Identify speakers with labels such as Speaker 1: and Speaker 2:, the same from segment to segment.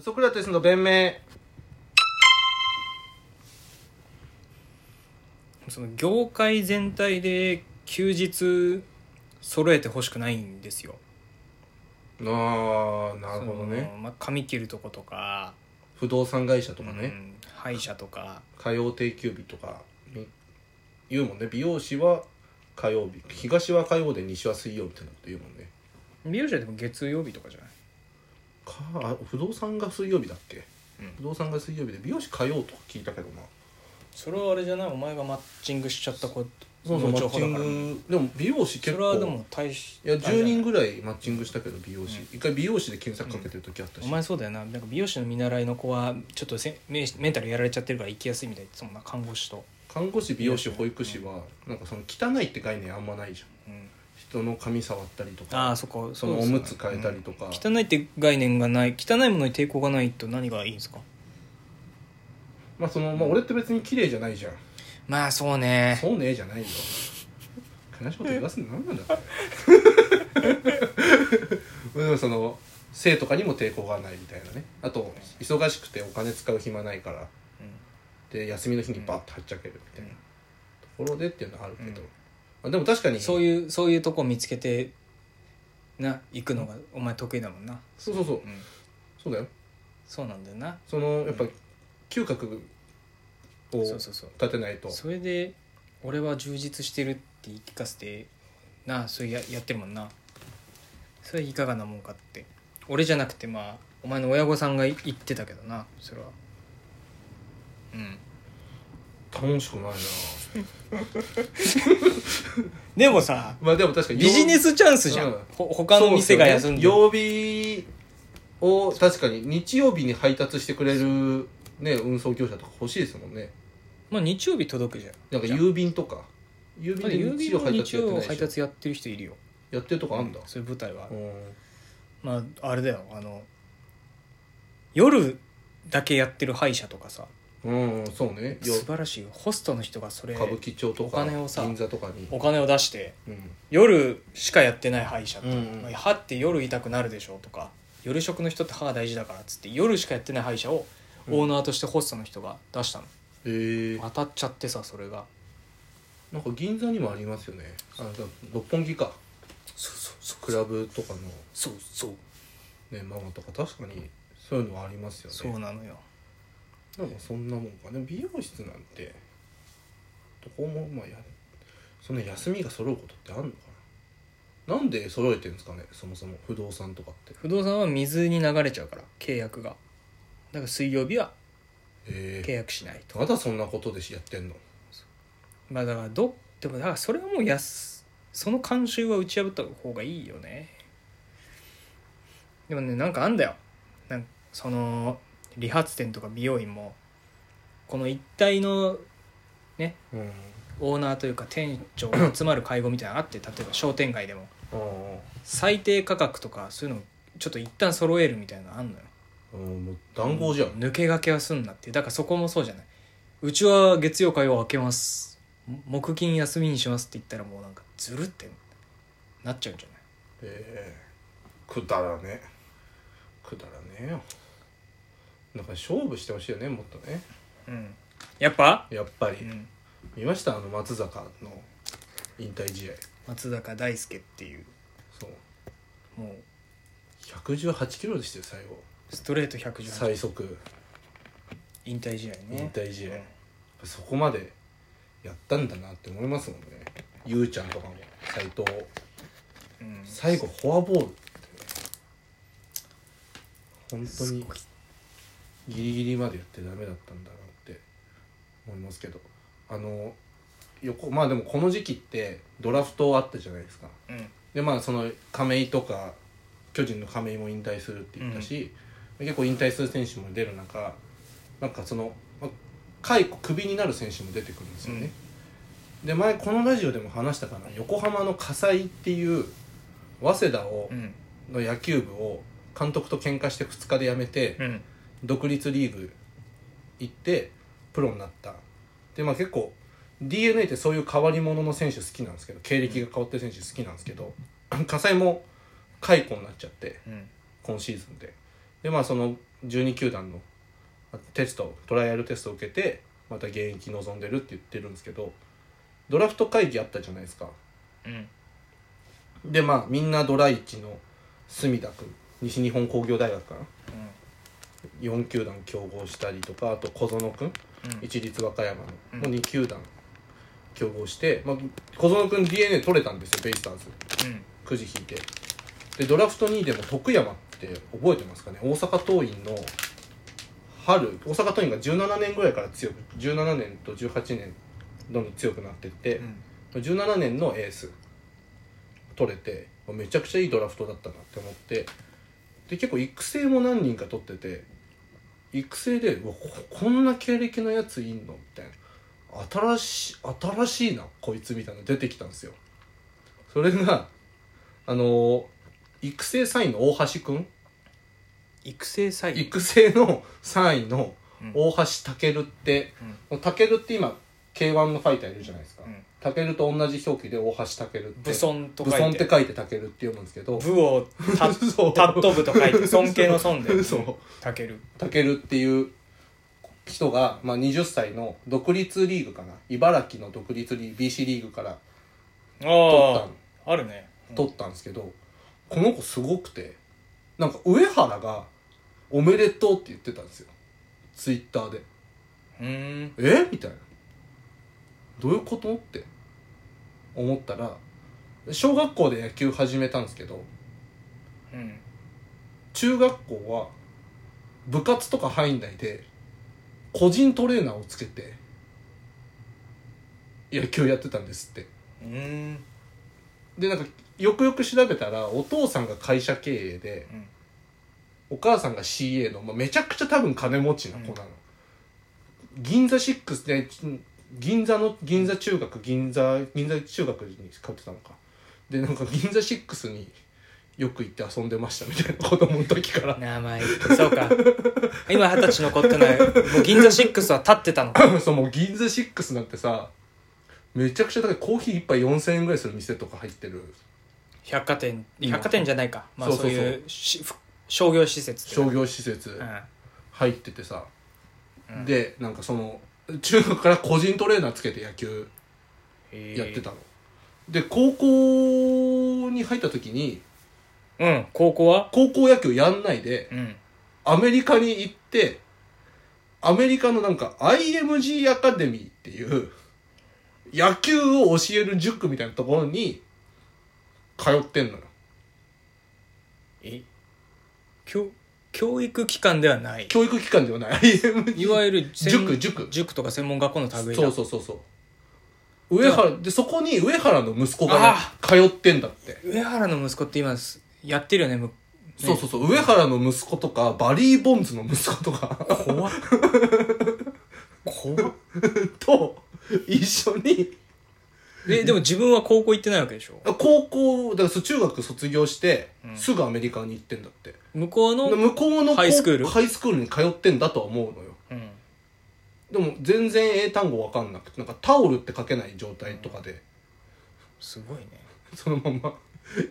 Speaker 1: ソクラテスの弁明
Speaker 2: その業界全体で休日揃えてほしくないんですよ
Speaker 1: ああなるほど
Speaker 2: そ
Speaker 1: ね
Speaker 2: のまあ、髪切るとことか
Speaker 1: 不動産会社とか
Speaker 2: う
Speaker 1: ね、
Speaker 2: ん歯医者とか
Speaker 1: 火曜定休日とかに言うもんね美容師は火曜日東は火曜で西は水曜みたいなこと言うもんね
Speaker 2: 美容師はでも月曜日とかじゃない
Speaker 1: かあ不動産が水曜日だっけ、
Speaker 2: うん
Speaker 1: 不動産が水曜日で美容師火曜とか聞いたけどな
Speaker 2: それはあれじゃないお前がマッチングしちゃったこと
Speaker 1: そうそうマッ
Speaker 2: の情
Speaker 1: チ
Speaker 2: 報だ
Speaker 1: ン
Speaker 2: からね
Speaker 1: グでも美容師
Speaker 2: そ
Speaker 1: 結
Speaker 2: れ
Speaker 1: 構
Speaker 2: はでも大し
Speaker 1: いや10人
Speaker 2: ぐ
Speaker 1: ぐらいマッチングしたけど美容師、一回美容師で検索かけてる時あったし、
Speaker 2: お前そうだよななんか美容師の見習いの子はちょっとせメメンタルやられちゃってるから行きやすいみたいそんな看護師と、
Speaker 1: 看護師美容師保育士はなんかその汚いって概念あんまないじゃん
Speaker 2: うん
Speaker 1: 人の髪触ったりとか
Speaker 2: ああそっか
Speaker 1: そうの
Speaker 2: で
Speaker 1: お
Speaker 2: すね
Speaker 1: むつ変えたりとか、
Speaker 2: 汚いって概念がない汚いものに抵抗がないと何がいいんですか
Speaker 1: まあその、まあ、俺って別に綺麗じゃないじゃん
Speaker 2: まあそうね
Speaker 1: そうねじゃないよ悲しいこと言わすの何なんだって でもその性とかにも抵抗がないみたいなねあと忙しくてお金使う暇ないからで休みの日にバッとはっちゃけるみたいなところでっていうのはあるけど、
Speaker 2: うん
Speaker 1: まあ、でも確か
Speaker 2: う
Speaker 1: に
Speaker 2: んそういうそういうとこ見つけてな行くのがお前得意だもんな、
Speaker 1: そうそうそう
Speaker 2: うん、
Speaker 1: そうだよ
Speaker 2: そうなんだよな
Speaker 1: そのやっぱ嗅覚を
Speaker 2: そう
Speaker 1: 立
Speaker 2: そうそう
Speaker 1: てないと
Speaker 2: それで俺は充実してるって言い聞かせてなあそれややってるもんなそれいかがなもんかって俺じゃなくてまあお前の親御さんがい言ってたけどなそれはうん
Speaker 1: 楽しくないな
Speaker 2: でもさ
Speaker 1: まあでも確かに
Speaker 2: ビジネスチャンスじゃん、
Speaker 1: うん
Speaker 2: ほ他の店が休んでる
Speaker 1: そうですよね曜日を確かに日曜日に配達してくれる、ね、運送業者とか欲しいですもんね
Speaker 2: まあ、日曜日届くじゃん
Speaker 1: なんか
Speaker 2: じゃあ
Speaker 1: 郵便とか郵
Speaker 2: まだ郵
Speaker 1: 便で日
Speaker 2: 便
Speaker 1: 曜配達やって
Speaker 2: の日曜
Speaker 1: ないで
Speaker 2: 配
Speaker 1: し
Speaker 2: 達やってる人いるよ
Speaker 1: ょやってるとこあんだ、
Speaker 2: そういう舞台はあ
Speaker 1: う
Speaker 2: る、
Speaker 1: ん
Speaker 2: まああれだよあの夜だけやってる歯医者とかさ
Speaker 1: うん、そうねよ
Speaker 2: 素晴らしいよホストの人がそれ
Speaker 1: 歌舞伎町と
Speaker 2: お
Speaker 1: か
Speaker 2: 金をさ
Speaker 1: 銀座とかに、
Speaker 2: お金を出して
Speaker 1: うん、
Speaker 2: 夜しかやってない歯医者と、
Speaker 1: うんうん
Speaker 2: まあ歯って夜痛くなるでしょうとか夜食の人って歯が大事だからっつって夜しかやってない歯医者をオーナーとしてホストの人が出したの、
Speaker 1: えー、
Speaker 2: 当たっちゃってさそれが
Speaker 1: なんか銀座にもありますよねあだ六本木か
Speaker 2: そうそうそ
Speaker 1: クラブとかの、
Speaker 2: そうそう
Speaker 1: ね、ママとか確かにそういうのはありますよね
Speaker 2: そうなのよ
Speaker 1: なんかそんなもんかね美容室なんてどこもまあやそんな休みが揃うことってあんのかななんで揃えてんですかねそもそも不動産とかってへ
Speaker 2: 不動産は水に流れちゃうから契約がだから水曜日は契
Speaker 1: え
Speaker 2: 約しないと
Speaker 1: まだそんなことでやってんの
Speaker 2: まあだからどでもだからそれはもうやすその慣習は打ち破った方がいいよねでもねなんかあんだよなんかその理髪店とか美容院もこの一帯の
Speaker 1: うん
Speaker 2: オーナーというか店長が集まる会合みたいなのあって例えば商店街でも
Speaker 1: あ
Speaker 2: 最低価格とかそういうのをちょっと一旦揃えるみたいなのあんのよ
Speaker 1: あもう談合じゃん、
Speaker 2: 抜け駆けはすんなってだからそこもそうじゃないうちは月曜火曜開けます木金休みにしますって言ったらもうなんかずるってなっちゃうんじゃない
Speaker 1: ええくだらねくだらねえよなんか勝負してほしいよねもっとね
Speaker 2: うんやっぱ、
Speaker 1: やっぱり、
Speaker 2: うん、
Speaker 1: 見ましたあの松坂の引退試合
Speaker 2: 松坂大輔っていう
Speaker 1: そう
Speaker 2: もう
Speaker 1: 118キロでしたよ最後
Speaker 2: ストレート118
Speaker 1: 最速
Speaker 2: 引退試合ね
Speaker 1: 引退試合
Speaker 2: うん
Speaker 1: そこまでやったんだなって思いますもんねゆうちゃんとかも斎藤
Speaker 2: うん
Speaker 1: 最後フォアボールってね本当
Speaker 2: す
Speaker 1: に
Speaker 2: ごい
Speaker 1: ギリギリまでやってダメだったんだなって思いますけどあの横まあでもこの時期ってドラフトあったじゃないですか
Speaker 2: うん
Speaker 1: でまあその亀井とか巨人の亀井も引退するって言ったし、結構引退する選手も出る中なんかそのまあ解雇クビになる選手も出てくるんですよね、で前このラジオでも話したかな横浜の葛西っていう早稲田を
Speaker 2: うん
Speaker 1: の野球部を監督と喧嘩して2日で辞めて、
Speaker 2: うん
Speaker 1: 独立リーグ行ってプロになったでまあ結構 d n a ってそういう変わり者の選手好きなんですけど経歴が変わってる選手好きなんですけど 葛西も解雇になっちゃって
Speaker 2: うん
Speaker 1: 今シーズンででまあその12球団のテストトライアルテストを受けてまた現役望んでるって言ってるんですけどドラフト会議あったじゃないですか
Speaker 2: うん
Speaker 1: でまあみんなドラ1の隅田君西日本工業大学かな4球団競合したりとかあと小園君
Speaker 2: うん
Speaker 1: 一律和歌山
Speaker 2: うん
Speaker 1: のもう2球団競合して、まあ、小園君 d n a 取れたんですよベイスターズ
Speaker 2: うん
Speaker 1: くじ引いてでドラフト2位でも徳山って覚えてますかね大阪桐蔭の春大阪桐蔭が17年ぐらいから強く17年と18年どんどん強くなってって、
Speaker 2: うん
Speaker 1: 17年のエース取れてめちゃくちゃいいドラフトだったなって思ってで結構育成も何人か取ってて育成でうわここんな経歴のやついんのみたいな新し新しいなこいつみたいなの出てきたんですよそれがあの育成3位の大橋くん
Speaker 2: 育成詐欺
Speaker 1: 育成の3位の
Speaker 2: うん
Speaker 1: 大橋健って健って今 k 1のファイターいるじゃないですか、
Speaker 2: うん
Speaker 1: タケルと同じ表記で大橋タケルって
Speaker 2: 武尊と
Speaker 1: 武
Speaker 2: 書
Speaker 1: 尊
Speaker 2: い
Speaker 1: って
Speaker 2: て
Speaker 1: 書いてタケルって読むんですけど
Speaker 2: 武をた
Speaker 1: そう
Speaker 2: たっとぶと書いて尊敬の尊で
Speaker 1: そう
Speaker 2: たける
Speaker 1: タケルっていう人が、まあ、20歳の独立リーグかな茨城の独立リーグ BC リーグから
Speaker 2: あああるね
Speaker 1: 取ったんですけど、この子すごくてなんか上原が「おめでとう」って言ってたんですよツイッターで
Speaker 2: うん
Speaker 1: えみたいなどういうことって思ったら小学校で野球始めたんですけど
Speaker 2: うん
Speaker 1: 中学校は部活とか入んないで個人トレーナーをつけて野球やってたんですって
Speaker 2: うん
Speaker 1: でなんかよくよく調べたらお父さんが会社経営で
Speaker 2: うん
Speaker 1: お母さんが CA の、まあ、めちゃくちゃ多分金持ちな子なの、銀座6でうん銀座の銀座中学銀座銀座中学に通ってたのかでなんか銀座6によく行って遊んでましたみたいな子供の時から
Speaker 2: 名前そうか今二十歳の子ってのはもう銀座6は立ってたのか
Speaker 1: そうもう銀座6なんてさめちゃくちゃ高いコーヒー一杯4000円ぐらいする店とか入ってる
Speaker 2: 百貨店
Speaker 1: うん
Speaker 2: 百貨店じゃないかまあ
Speaker 1: そう
Speaker 2: そ
Speaker 1: そううそう
Speaker 2: いうしふ商業施設って
Speaker 1: 商業施設
Speaker 2: う
Speaker 1: 入っててさ、
Speaker 2: うん
Speaker 1: でなんかその中学から個人トレーナーつけて野球
Speaker 2: ん
Speaker 1: やってたの、で高校に入った時に
Speaker 2: うん高校は
Speaker 1: 高校野球やんないで
Speaker 2: うん
Speaker 1: アメリカに行ってアメリカのなんか IMG アカデミーっていう野球を教える塾みたいなところに通ってんのよ
Speaker 2: え教教育機関ではない
Speaker 1: 教育機関ではない IMG
Speaker 2: いわゆる専
Speaker 1: 塾塾
Speaker 2: 塾とか専門学校の類だ
Speaker 1: そうそうそうそう上原でそこに上原の息子がね、
Speaker 2: あ
Speaker 1: 通ってんだって
Speaker 2: 上原の息子って今すやってるよねむ
Speaker 1: そうそうそう上原の息子とかバリー・ボンズの息子とか
Speaker 2: 怖 っ怖っ
Speaker 1: と一緒に
Speaker 2: えでも自分は高校行ってないわけでしょ
Speaker 1: 高校だからそう中学卒業して、
Speaker 2: うん
Speaker 1: すぐアメリカに行ってんだって
Speaker 2: 向こうの
Speaker 1: で向こうの
Speaker 2: ハイスクール
Speaker 1: こうハイスクールに通ってんだとは思うのよ
Speaker 2: うん
Speaker 1: でも全然英単語わかんなくてなんかタオルって書けない状態とかで、
Speaker 2: すごいね
Speaker 1: そのま ま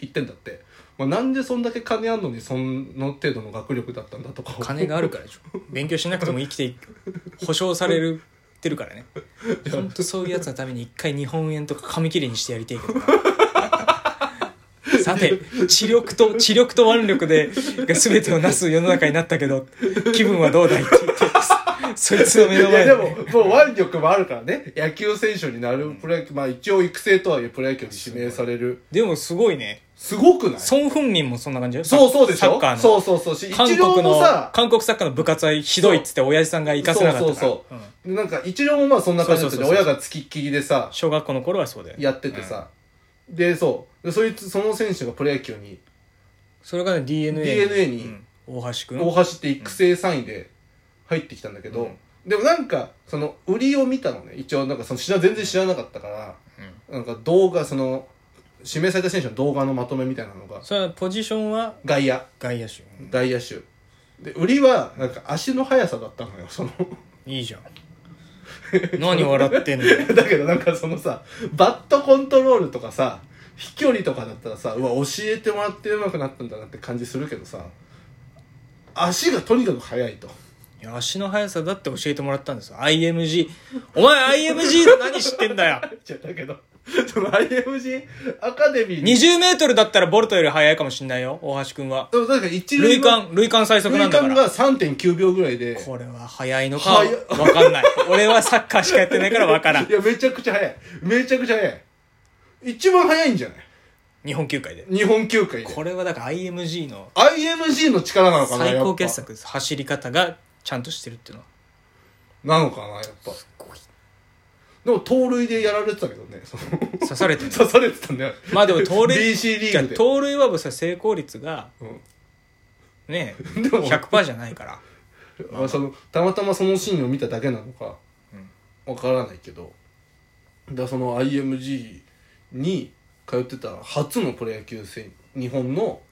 Speaker 1: 行ってんだって、まあ、なんでそんだけ金あんのにその程度の学力だったんだとか
Speaker 2: 金があるからでしょ勉強しなくても生きていく保証されるってるからねほんとそういうやつのために一回日本円とか紙切れにしてやりたいけどな さて知力と知力と腕力でが全てをなす世の中になったけど気分はどうだいって言ってそいつの目の
Speaker 1: いやで
Speaker 2: 前で
Speaker 1: も、もう腕力もあるからね。野球選手になるプロ野球、まあ一応育成とはいえプロ野球に指名される。
Speaker 2: でもすごいね
Speaker 1: すごくないそ
Speaker 2: 孫文民もそんな感じだよ
Speaker 1: うそうでし
Speaker 2: サッ
Speaker 1: ょ
Speaker 2: カーの
Speaker 1: そうそうそう。し
Speaker 2: 韓
Speaker 1: 一
Speaker 2: 国
Speaker 1: 郎も
Speaker 2: の
Speaker 1: さ、
Speaker 2: 韓国サッカーの部活はひどいっつって親父さんが行かせなかったから
Speaker 1: そうそうそう
Speaker 2: うん
Speaker 1: なんか一郎もまあそんな感じだった
Speaker 2: そう
Speaker 1: で、
Speaker 2: そうそうそ
Speaker 1: 親
Speaker 2: う
Speaker 1: が付きっきりでさ、
Speaker 2: 小学校の頃はそうだよね
Speaker 1: やっててさ。で、そう。で、そいつ、その選手がプロ野球に、
Speaker 2: それがね DNA
Speaker 1: DNA に
Speaker 2: うん大橋君
Speaker 1: 大橋って育成3位で入ってきたんだけど、でもなんか、その、売りを見たのね。一応なんかその知ら、全然知らなかったから、なんか動画、その、指名された選手の動画のまとめみたいなのが、
Speaker 2: それはポジションは
Speaker 1: 外野。
Speaker 2: 外野手、
Speaker 1: 外野手で売りはなんか足の速さだったのよその
Speaker 2: いいじゃん何笑って んのよ
Speaker 1: だけどなんかそのさバットコントロールとかさ飛距離とかだったらさうわ教えてもらって上手くなったんだなって感じするけどさ足がとにかく速いと
Speaker 2: いや足の速さだって教えてもらったんですよ IMG お前 IMG の何知ってんだよ
Speaker 1: じゃだけどその IMG アカデミーに
Speaker 2: 20メートルだったらボルトより速いかもしんないよ大橋くんは
Speaker 1: でもだから一塁
Speaker 2: 累
Speaker 1: 間
Speaker 2: 間累間最速なん
Speaker 1: 塁
Speaker 2: だか
Speaker 1: 間
Speaker 2: ら
Speaker 1: が3.9秒ぐらいで
Speaker 2: これは速いのか
Speaker 1: 速い
Speaker 2: わかんない俺はサッカーしかやってないからわからん
Speaker 1: いやめちゃくちゃ速いめちゃくちゃ速い一番速いんじゃない
Speaker 2: 日本球界で
Speaker 1: 日本球界で
Speaker 2: これはだから IMG の
Speaker 1: IMG の力なのかな
Speaker 2: 最
Speaker 1: やっ
Speaker 2: 高
Speaker 1: ぱ
Speaker 2: 傑作です走り方がちゃんとしてるっていうのは
Speaker 1: なのかなやっぱでも盗塁でやられてたけどねその
Speaker 2: 刺さ れてる
Speaker 1: 刺されてたんだよ
Speaker 2: まあでも盗塁
Speaker 1: BC リーグで
Speaker 2: いや盗塁はさ成功率が
Speaker 1: うん
Speaker 2: ね
Speaker 1: でも
Speaker 2: 100%じゃないから
Speaker 1: まあ、そのたまたまそのシーンを見ただけなのかわからないけどだからその IMG に通ってた初のプロ野球選日本の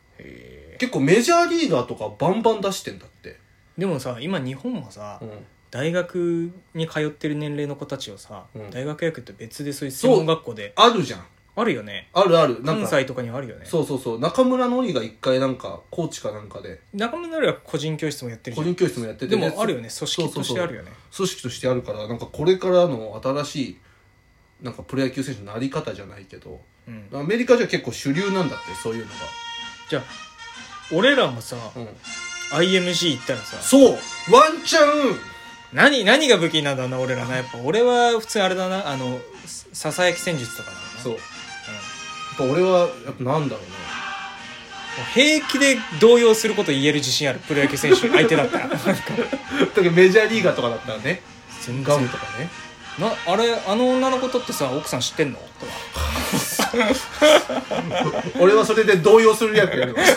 Speaker 1: 結構メジャーリーガーとかバンバン出してんだって、
Speaker 2: でもさ今日本はさ
Speaker 1: うん
Speaker 2: 大学に通ってる年齢の子たちをさ
Speaker 1: うん
Speaker 2: 大学野球と別でそういう専門学校で
Speaker 1: あるじゃん
Speaker 2: あるよね
Speaker 1: あるあるなん
Speaker 2: 関
Speaker 1: か
Speaker 2: 西とかにはあるよね
Speaker 1: そうそうそう中村のりが一回なんかコーチかなんかで
Speaker 2: 中村は個人教室もやってる
Speaker 1: 個
Speaker 2: じ
Speaker 1: 人
Speaker 2: ゃん
Speaker 1: 教室もやってて
Speaker 2: で
Speaker 1: ね
Speaker 2: もあるよね組織としてあるよね
Speaker 1: 組織としてあるからなんかこれからの新しいなんかプロ野球選手のなり方じゃないけど
Speaker 2: うん
Speaker 1: アメリカじゃ結構主流なんだってそういうのが、
Speaker 2: じゃあ俺らもさ
Speaker 1: うん、
Speaker 2: IMG 行ったらさ
Speaker 1: そうワンチャン
Speaker 2: 何何が武器なんだろうな俺らなやっぱ俺は普通にあれだなあのささやき戦術とかなんだな
Speaker 1: そう
Speaker 2: う
Speaker 1: や
Speaker 2: ん、
Speaker 1: っぱ俺はやっぱなんだろうね
Speaker 2: もう平気で動揺すること言える自信あるプロ野球選手相手だったら
Speaker 1: だけどメジャーリーガーとかだったらね
Speaker 2: 全
Speaker 1: ガム
Speaker 2: 然
Speaker 1: とかね
Speaker 2: なあれあの女の子とってさ奥さん知ってんのとか
Speaker 1: 俺はそれで動揺する役やります